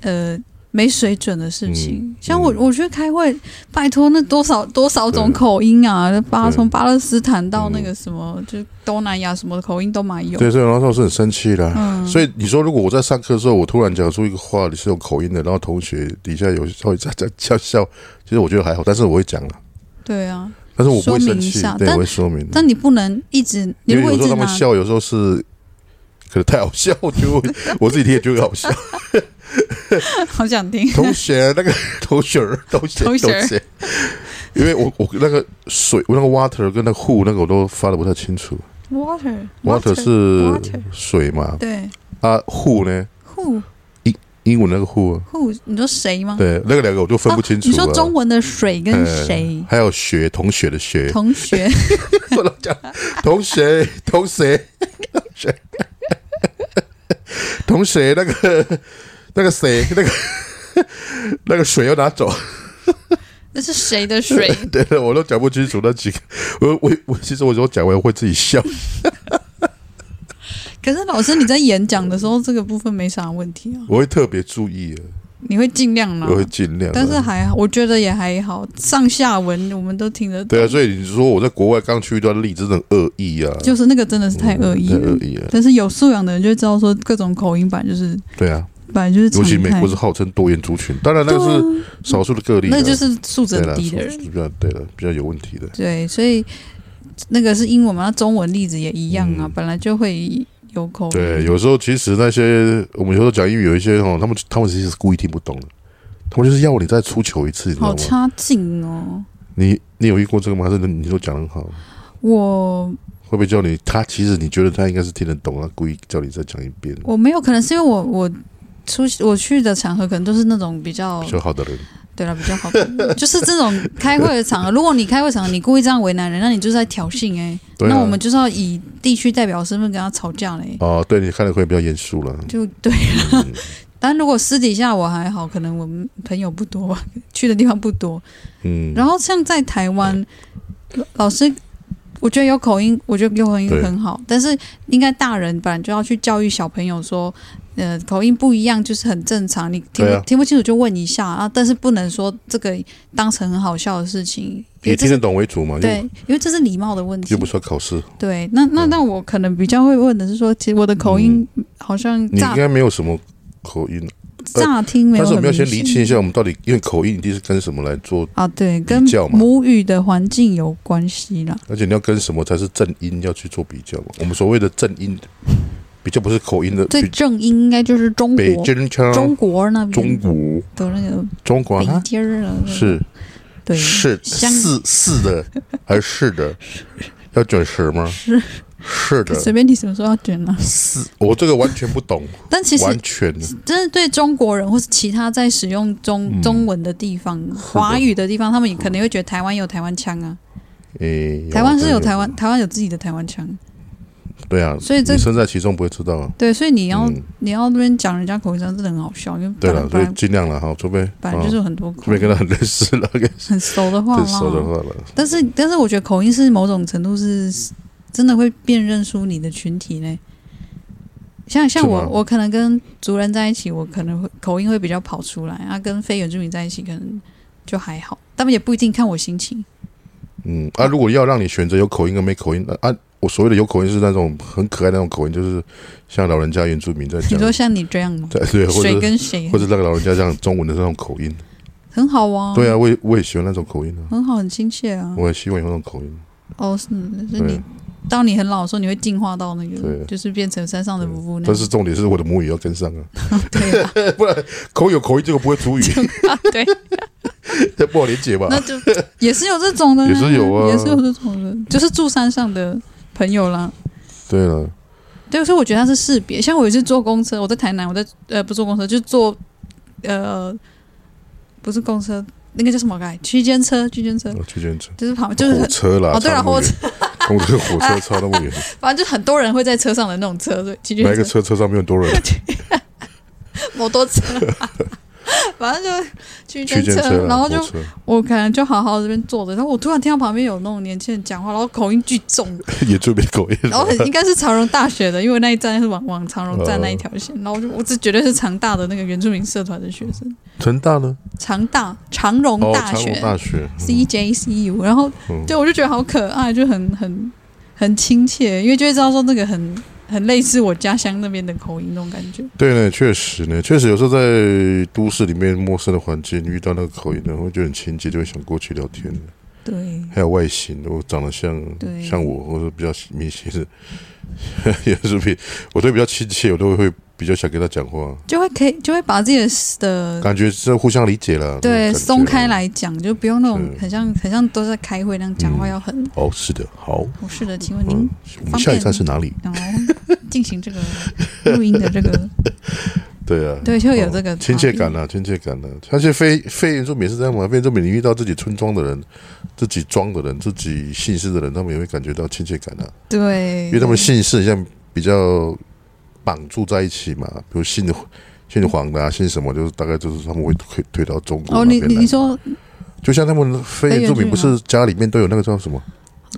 S2: 呃没水准的事情。
S1: 嗯
S2: 像我，
S1: 嗯
S2: 我觉得开会，拜托那多少多少种
S1: 对
S2: 口音啊，巴
S1: 对
S2: 从巴勒斯坦到那
S1: 嗯
S2: 个什么，就东南亚什么的口音都蛮有。
S1: 对，所以然后是很生气啦。
S2: 嗯，
S1: 所以你说，如果我在上课的时候，我突然讲出一个话，你是有口音的，然后同学底下有稍微在在笑笑，其实我觉得还好，但是我会讲了，
S2: 对啊，
S1: 但是我不会生
S2: 说明一
S1: 气
S2: 下，
S1: 对，
S2: 但
S1: 我会说明。
S2: 但你不能一直，你
S1: 因
S2: 如果
S1: 为
S2: 一
S1: 有时候
S2: 直
S1: 他
S2: 拿
S1: 们笑，有时候是可能太好笑，我就会 我自己听也觉得好笑。
S2: 好想听。
S1: 同学， 那个同学儿，同学，
S2: 同
S1: 同
S2: 学儿
S1: 学，因为我我那个水，我那个 water 跟那个 who 那个我都发的不太清楚
S2: Water
S1: ，water 是
S2: water
S1: 水嘛，
S2: 对
S1: 啊 who 呢，
S2: who
S1: 英文那个 who，啊
S2: who 你说谁吗？
S1: 对，那个两个我就分不清
S2: 嗯
S1: 楚
S2: 哦你
S1: 了。嗯
S2: 说中文的水跟谁？
S1: 还有学同学的学，
S2: 同学
S1: 不能讲同学同学学同学那个那个谁那个 那个水要拿走，
S2: 那是谁的 水？
S1: 对的，我都讲不清楚那几个。我我我其实我有讲完我会自己笑，
S2: 可是老师你在演讲的时候，这个部分没啥问题啊，
S1: 我会特别注意，啊
S2: 你会尽量啦
S1: 我。会尽量。
S2: 嗯
S1: 啊
S2: 但是还好，我觉得也还好，上下文我们都听得懂。
S1: 对啊，所以你说我在国外刚去一段例子，真的很恶意啊，
S2: 就是那个真的是太恶意
S1: 太恶
S2: 了。
S1: 意啊，
S2: 但是有素养的人就会知道说，各种口音版就是
S1: 对啊，
S2: 本来就是常
S1: 尤其美
S2: 态
S1: 国是。号称多元族群，当然那
S2: 对
S1: 个是
S2: 啊，
S1: 少数的个例啊，
S2: 那就是素质
S1: 对
S2: 很
S1: 了，
S2: 低的
S1: 是
S2: 人。哦
S1: 是比较对了，比较有问题的。
S2: 对，所以那个是英文嘛，那中文例子也一样啊，
S1: 嗯
S2: 本来就会有口音。
S1: 对，有时候其实那些我们有时候讲英语，有一些哦，他们他们其实是故意听不懂的，他们就是要你再出糗一次，你知道
S2: 好
S1: 吗？
S2: 差劲哦！
S1: 你你有遇过这个吗？还是你都讲得很好？
S2: 我
S1: 会不会叫你？他其实你觉得他应该是听得懂，他故意叫你再讲一遍，
S2: 我没有，可能是因为我我出我去的场合可能都是那种比较
S1: 比较好的人。
S2: 对了比较好 的，就是这种开会的场合。如果你开会场合你故意这样为难人，那你就是在挑衅哎、
S1: 对啊
S2: 那我们就是要以地区代表身份跟他吵架嘞、
S1: 哦，对你看的会比较严肃 嗯了。
S2: 就对了。但如果私底下我还好，可能我们朋友不多吧，去的地方不多。
S1: 嗯，
S2: 然后像在台湾，老师，我觉得有口音，我觉得有口音
S1: 对
S2: 很好，但是应该大人本来就要去教育小朋友说，呃，口音不一样就是很正常，你听不、
S1: 对啊
S2: 听不清楚就问一下啊，但是不能说这个当成很好笑的事情，因
S1: 以
S2: 为这
S1: 听
S2: 是
S1: 得懂为主嘛，
S2: 对
S1: 又，
S2: 因为这是礼貌的问题
S1: 又不。是要考试，
S2: 对，那那
S1: 嗯
S2: 那我可能比较会问的是说，其实我的口音好像
S1: 你应
S2: 乍
S1: 该没有什么口音。呃
S2: 乍听没有
S1: 但是我
S2: 很明
S1: 们要
S2: 显
S1: 先厘清一下，我们到底因为口音一定是跟什么来做，
S2: 啊，对，跟
S1: 比较嘛
S2: 母语的环境有关系啦。
S1: 而且你要跟什么才是正音要去做比较嘛。我们所谓的正音，比较不是口音的，
S2: 最
S1: 比
S2: 正音应该就是中
S1: 北
S2: 国
S1: 京腔、
S2: 中国那
S1: 中
S2: 边
S1: 国、
S2: 的那个
S1: 中国
S2: 北
S1: 啊，
S2: 京儿了，
S1: 是
S2: 对
S1: 是
S2: 香
S1: 是是的，还是的，要准时吗？
S2: 是，
S1: 是的，
S2: 随便你什么时候要卷 了。
S1: 是我这个完全不 懂，
S2: 但其实
S1: 完全
S2: 真的对中国人或是其他在使用中
S1: 嗯
S2: 中文的地方、华语的地方，他们也可能会觉得台湾有台湾腔啊，
S1: 诶，有啊
S2: 台湾是有台，
S1: 当然
S2: 湾台湾有自己的台湾腔，
S1: 有对啊，
S2: 所以这
S1: 你身在其中不会知道啊。
S2: 对，所以你要
S1: 嗯
S2: 你要那边讲人家口音腔真的很好笑，因为
S1: 对
S2: 本来
S1: 了，所
S2: 本
S1: 以
S2: 来
S1: 尽量了哈，除非
S2: 本
S1: 啊
S2: 来就是有很多
S1: 除
S2: 口
S1: 非
S2: 音
S1: 跟他很认识了，跟
S2: 很熟的 话
S1: 很
S2: 嘛
S1: 熟的话了，
S2: 但是但是我觉得口音是某种程度是真的会辨认出你的群体嘞。像像
S1: 是
S2: 我
S1: 吗
S2: 我可能跟族人在一起，我可能会口音会比较跑出来啊，跟非原住民在一起可能就还好。他们也不一定看我心情。
S1: 嗯啊，如果要让你选择有口音跟没口音，啊，啊我所谓的有口音是那种很可爱的那种口音，就是像老人家原住民在
S2: 你
S1: 讲，
S2: 说像你这样吗？
S1: 在对，或
S2: 谁
S1: 者
S2: 跟谁
S1: 或者那个老人家讲中文的那种口音，
S2: 很好啊，
S1: 对啊，我也我也喜欢那种口音啊，
S2: 很好，很亲切啊。
S1: 我也希望有那种口音，
S2: 哦，是是
S1: 对
S2: 你当你很老的时候，你会进化到那个
S1: 对，
S2: 就是变成山上的夫妇那
S1: 但
S2: 样。
S1: 是重点是我的母语要跟上啊，
S2: 对 啊，
S1: 口有口音，结果不会主语，
S2: 对，
S1: 这 不好理解吧？
S2: 那就也是有这种的，
S1: 也是有啊
S2: 也是有这种的，就是住山上的朋友啦。
S1: 对了，
S2: 对，所以我觉得它是识别。像我有一次坐公车，我在台南，我在呃不坐公车，就坐呃不是公车，那个叫什么来？区间车，区间车，
S1: 我去检查。
S2: 就是旁边就是
S1: 火
S2: 很
S1: 车啦，
S2: 哦对啦
S1: 差那么远，从这个火车差那么远，
S2: 反正就很多人会在车上的那种车，对，区
S1: 哪
S2: 间
S1: 一个
S2: 车、
S1: 车车上面很多人？
S2: 摩托车， 反正就区
S1: 区
S2: 间
S1: 间
S2: 车，
S1: 车啦，
S2: 然后就
S1: 啊火车
S2: 我可能就好好这边坐着，然后我突然听到旁边有那种年轻人讲话，然后口音巨重，
S1: 也最没口音
S2: 然后很应该是长荣大学的，因为那一站是往往长荣站那一条线，
S1: 哦
S2: 然后我就我只绝对是长大的那个原住民社团的学生，
S1: 成大呢？
S2: 长大长荣
S1: 哦，
S2: 大
S1: 长
S2: 学、
S1: 隆大学，
S2: CJCU，然后
S1: 嗯
S2: 对我就觉得好可爱，就很很很亲切，因为就会知道说那个很很类似我家乡那边的口音那种感觉，
S1: 对呢，确实呢，确实有时候在都市里面陌生的环境遇到那个口音呢，会觉得很亲切，就会想过去聊天。
S2: 对。
S1: 还有外形，如果长得像
S2: 对
S1: 像我，或者比较明显的， 也是比我对比较亲切，我都会比较想跟他讲话，
S2: 就会可以，就会把自己的的
S1: 感觉是互相理解了。那
S2: 嗯对
S1: 种感觉
S2: 松开。来讲，就不用那种
S1: 是
S2: 很像很像都在开会那样讲话，
S1: 嗯
S2: 要很
S1: 哦，是的，好，
S2: 不是的。请问您
S1: 嗯，我们下一站是哪里？
S2: 然后进行这个录音的这个，
S1: 对啊，
S2: 对，就会有这个
S1: 哦亲切感
S2: 了。
S1: 啦，亲切感啦。而且非非原住民也是这样嘛，非原住民你遇到自己村庄的人、自己庄的人、自己姓氏的人，他们也会感觉到亲切感啊，
S2: 对，哦
S1: 因为他们姓氏像比较绑住在一起嘛，比如姓姓黄的啊，姓什么，就是大概就是他们会推推到中国
S2: 哦，
S1: 那
S2: 你
S1: 边
S2: 你
S1: 来。
S2: 你说
S1: 就像他们非原住民，不
S2: 非原住民
S1: 是家里面都有那个叫什么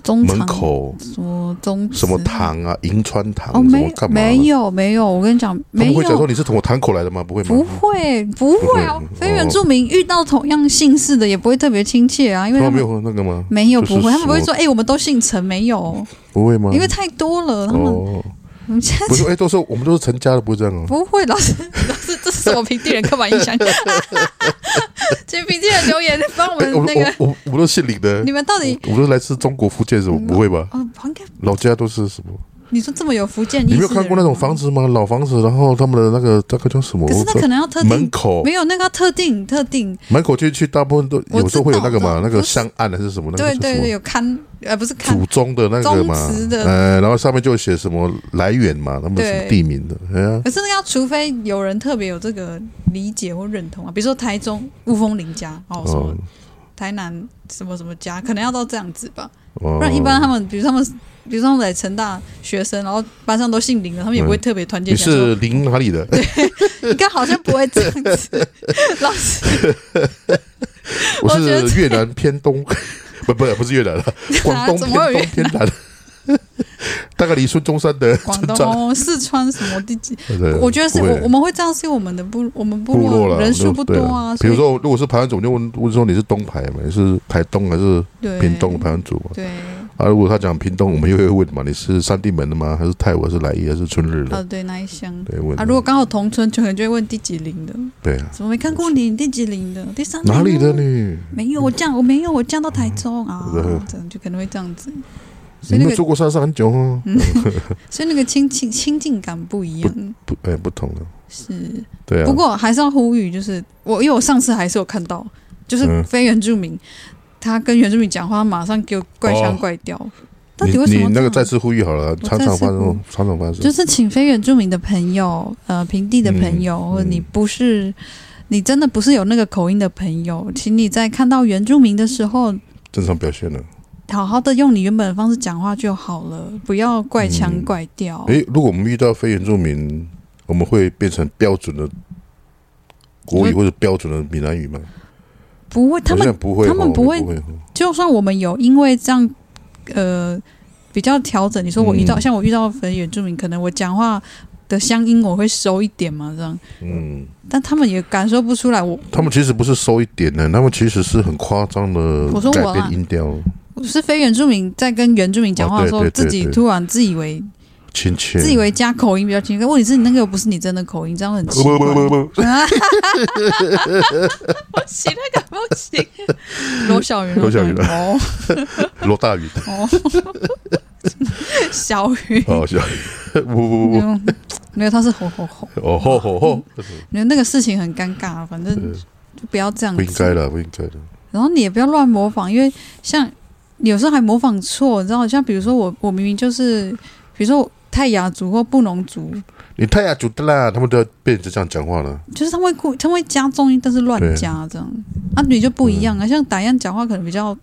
S2: 中
S1: 门
S2: 场
S1: 口
S2: 什么中祠
S1: 什么堂啊、银川堂
S2: 哦，
S1: 什
S2: 没
S1: 么干嘛的？
S2: 没有没有，我跟你讲，
S1: 他
S2: 没
S1: 们会讲说
S2: 有。
S1: 你是从我堂口来的吗？不会吗？
S2: 不会，不会啊！
S1: 不会哦
S2: 非原住民遇到同样姓氏的也不会特别亲切啊，因为
S1: 他
S2: 他
S1: 们没
S2: 们
S1: 有那个吗？
S2: 没有
S1: 就是
S2: 不会，他们不会
S1: 什
S2: 说哎，我们都姓陈，没有，
S1: 不会吗？
S2: 因为太多了。他们
S1: 哦。
S2: 我们现在
S1: 不是，哎、都是我们都是成家的，不是这样 哦。
S2: 不会，老师， 老师，这是我平地人刻板印象。 请平地人留言帮我
S1: 哎、我
S2: 们
S1: 们
S2: 那个，
S1: 我我我们都姓李的
S2: 你，们到底
S1: 我们都来自中国福建，什么
S2: 嗯
S1: 不会吧？
S2: 哦，应该
S1: 老家都是什么？
S2: 你说这么有福建意
S1: 你
S2: 识，
S1: 没有看过那种房？子吗？老房子，然后他们的那个那个叫什么？
S2: 可是那
S1: 我不知
S2: 可能要特
S1: 道门
S2: 定，
S1: 口
S2: 没有那个要特定特定，
S1: 门口去去，大部分都
S2: 我
S1: 有时候会有那个
S2: 知道
S1: 嘛，那
S2: 我
S1: 个
S2: 知
S1: 香案还是什么？那个
S2: 对
S1: 叫
S2: 对
S1: 什
S2: 对，
S1: 么？
S2: 有看呃不是看
S1: 祖宗的那个
S2: 宗
S1: 嘛
S2: 祠，的
S1: 呃，然后上面就写什么来源嘛，他们什么
S2: 对
S1: 地名的，哎呀，
S2: 可是那个要，除非有人特别有这个理解或认同啊，比如说台中雾峰林家哦，什么
S1: 哦
S2: 台南什么什么家，可能要到这样子吧。
S1: 哦
S2: 不然一般他们，比如他们，比如说他们来成大学生，然后班上都姓林的，他们也不会特别团结
S1: 嗯你
S2: 起来说。
S1: 是临 哪里的？
S2: 你看好像不会这样 子，老师
S1: 我
S2: 我觉得
S1: 是越南偏东， 不不不是越南 了，广东
S2: 怎
S1: 偏
S2: 么会有
S1: 东偏南， 大概离孙中山的
S2: 广
S1: 村
S2: 东
S1: 庄，
S2: 哦，四川什么地几？
S1: 对
S2: 我觉得是
S1: 不会
S2: 我我们会这样，是因为我们的部我们
S1: 部落了
S2: 人数不多啊，
S1: 比
S2: 所以
S1: 如说，如果是排湾族，就问问说你是东排嘛，你是台东还是
S2: 对
S1: 屏东的排湾族嘛？
S2: 对
S1: 啊，如果他讲屏东，我们又会问嘛，你是三地门的吗？还是泰武还是来义还是春日
S2: 啊
S1: 的？
S2: 对那一乡
S1: 对，问
S2: 啊，如果刚好同村，就可能就会问第几龄的，
S1: 对啊，
S2: 怎么没看过你？你第几龄的？第三龄
S1: 哪里的
S2: 吗？
S1: 你？
S2: 没有，我降我没有，我降到台中啊
S1: 对，
S2: 这样就可能会这样子。所
S1: 你
S2: 以那
S1: 没有
S2: 个嗯
S1: 住过山上很久哦，
S2: 所以那个亲近亲近感不一样，
S1: 不，哎，不同的，
S2: 是。
S1: 对啊。
S2: 不过还是要呼吁，就是我因为我上次还是有看到，就是
S1: 嗯
S2: 非原住民，他跟原住民讲话，马上给我怪腔怪调，到底为什
S1: 你
S2: 么这样？
S1: 你那个再次呼吁好了，常常发
S2: 再次呼吁
S1: 生，常常发生。
S2: 就是请非原住民的朋友，呃，平地的朋友，
S1: 嗯
S2: 或者你
S1: 嗯
S2: 不是。你真的不是有那个口音的朋友，请你在看到原住民的时候，
S1: 正常表现了。
S2: 好好的用你原本的方式讲话就好了，不要怪腔
S1: 嗯
S2: 怪调。
S1: 诶，如果我们遇到非原住民，我们会变成标准的国语
S2: 嗯
S1: 或者标准的闽南语吗？
S2: 不会，他
S1: 好
S2: 们
S1: 像不会哦，
S2: 他们不
S1: 不
S2: 会
S1: 会哦。
S2: 就算我们有因为这样，呃，比较调整，你说我遇到、
S1: 嗯
S2: 像我遇到非原住民，可能我讲话的乡音我会收一点嘛，这样，
S1: 嗯，
S2: 但他们也感受不出来我
S1: 他们其实不是收一点的，他们其实是很夸张的
S2: 我说我
S1: 改
S2: 啊
S1: 变音调，
S2: 我是非原住民在跟原住民讲话的时候，
S1: 哦对对对
S2: 自己
S1: 对
S2: 突然自以为
S1: 亲切。
S2: 自以为加口音比较轻，但问题是你那个又不是你真的口音，这样很奇
S1: 不
S2: 怪。
S1: 不不不不，
S2: 不行，那个不行。 罗小云，
S1: 罗小云
S2: 哦
S1: 罗大宇，
S2: 哦，小云，
S1: 哦，小宇，不不不
S2: 嗯没有，他是吼吼吼。
S1: 不，哦吼吼吼，
S2: 你那个事情很尴尬，反正
S1: 对
S2: 就不要这样
S1: 不应该
S2: 子。
S1: 的，不应该的，
S2: 然后你也不要乱模仿，因为像有时候还模仿错，你知道？像比如说我，我明明就是，比如说我泰雅族或布农族，
S1: 你太雅族的啦，他们都要变成这样讲话了，
S2: 就是他们会故他们会加重音，但是乱加这样。啊，你就不一样啊，像打样讲话可能比较，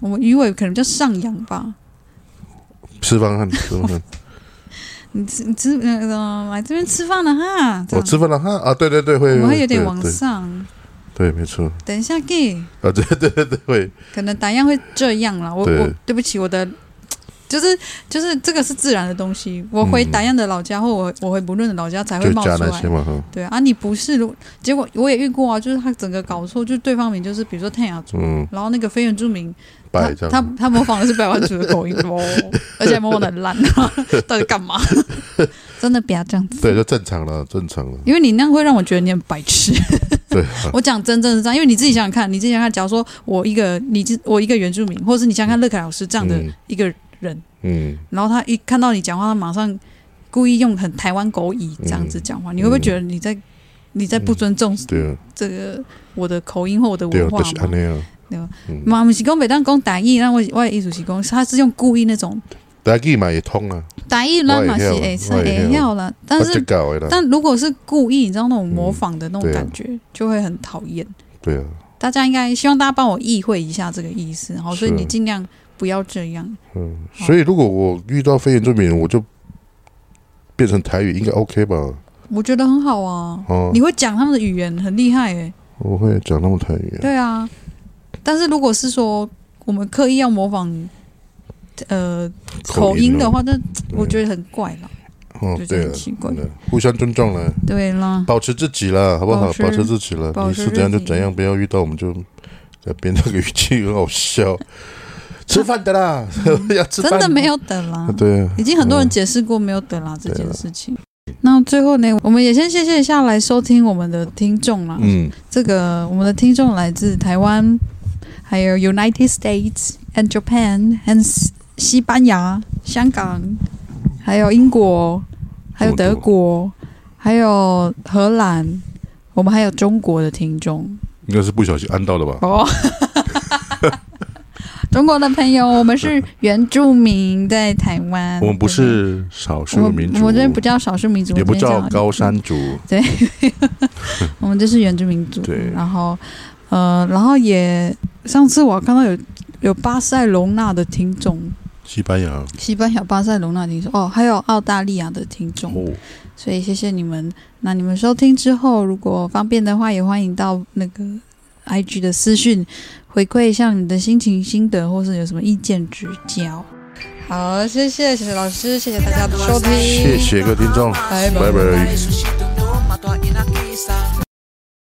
S2: 我们鱼尾可能比较上扬吧。
S1: 吃饭汉，吃 饭汉，
S2: 你吃你吃那个、来这边吃饭了哈，这
S1: 我
S2: 样
S1: 吃饭了哈，啊，对对对，会，
S2: 我们会有
S1: 对
S2: 点往
S1: 对
S2: 上。
S1: 对，没错，
S2: 等一下给，
S1: 啊，对对对对，会，
S2: 可能打样会这样啦。我
S1: 对
S2: 我对不起我的。就是就是这个是自然的东西，我回
S1: 嗯
S2: 打样的老家，或我我回不论的老家才会
S1: 就
S2: 冒
S1: 加
S2: 出
S1: 那
S2: 来
S1: 些。嘛哈，
S2: 对啊，你不是，如结果我也遇过啊，就是他整个搞错，就对方名就是比如说泰雅族，
S1: 嗯，
S2: 然后那个非原住民
S1: 拜这
S2: 他
S1: 样
S2: 他，他模仿的是百万族的口音 哦，而且还模仿的很烂，啊 到底干嘛？真的不要这样子，
S1: 对，就正常了，正常了，
S2: 因为你那样会让我觉得你很白痴。
S1: 对，啊
S2: 我讲真正是这样，因为你自己想想看，你自己想想看，假如说我一个你自我一个原住民，或者是你想想看乐凯老师这样的
S1: 嗯
S2: 一个人，
S1: 嗯，
S2: 然后他一看到你讲话，他马上故意用很台湾狗语这样子讲话，你会不会觉得你在你在不尊重
S1: 嗯对啊，
S2: 这个我的口音或我的
S1: 对啊，
S2: 文化
S1: 都是
S2: 吗
S1: 安？那样，
S2: 对啊
S1: 嗯，
S2: 嘛，不是讲每当讲台语，那我我的意思是讲，他是用故意那种
S1: 大家嘛也通啊，
S2: 台语咱嘛是会使
S1: 我会晓
S2: 会晓啦，但
S1: 我这
S2: 是
S1: 搞的啦，
S2: 但如果是故意，你知道那种模仿的那种
S1: 对啊
S2: 感觉，就会很讨厌。
S1: 对啊，
S2: 大家应该希望大家帮我意会一下这个意思，好，所以
S1: 是
S2: 你尽量不要这样。
S1: 嗯，所以如果我遇到非原住民，我就变成台语，应该 OK 吧？
S2: 我觉得很好啊，
S1: 哦
S2: 你，会讲他们的语言，很厉害诶、
S1: 我会讲他们台语啊，
S2: 对啊，但是如果是说我们刻意要模仿呃口音的话，那我觉得很怪了，
S1: 嗯哦
S2: 就，觉
S1: 对
S2: 得
S1: 啊
S2: 很，奇怪。
S1: 嗯互相尊重了，
S2: 对啦，
S1: 保持自己了，好不好
S2: 保？持
S1: 保持自己了，
S2: 保
S1: 你
S2: 持
S1: 是怎样就
S2: 自己
S1: 怎样，不要遇到我们就改变那个语气，很好笑。吃饭的啦， 要吃
S2: 嗯真
S1: 饭
S2: 的没有的啦
S1: 啊？。对啊，
S2: 已经很多人解释过没有得啦这件
S1: 对啊
S2: 事情。那最后呢，我们也先谢谢一下来收听我们的听众啦。
S1: 嗯，
S2: 这个我们的听众来自台湾，还有 United States and Japan and 西西班牙、香港，还有英国，还有德国，还有荷兰，我们还有中国的听众
S1: 应该是不小心按到了吧？
S2: 哦。中国的朋友，我们是原住民，在台湾。
S1: 我们不是少数
S2: 嗯我
S1: 民
S2: 们
S1: 族，
S2: 我这不叫少数民族，
S1: 也不
S2: 我这嗯
S1: 叫
S2: 边
S1: 高山，族，
S2: 我们这是原住民族。
S1: 对
S2: 然后呃，然后也上次我看到有有巴塞隆纳的听众，
S1: 西班牙
S2: 西班牙巴塞隆纳听众哦，还有澳大利亚的听众，
S1: 哦，
S2: 所以谢谢你们。那你们收听之后，如果方便的话，也欢迎到那个 IG 的私讯回馈一下你的心情心得，或是有什么意见指教。好，谢谢，谢谢老师，谢谢大家的收听，
S1: 谢谢各位听众，
S2: 拜拜
S1: 拜拜。
S3: relationship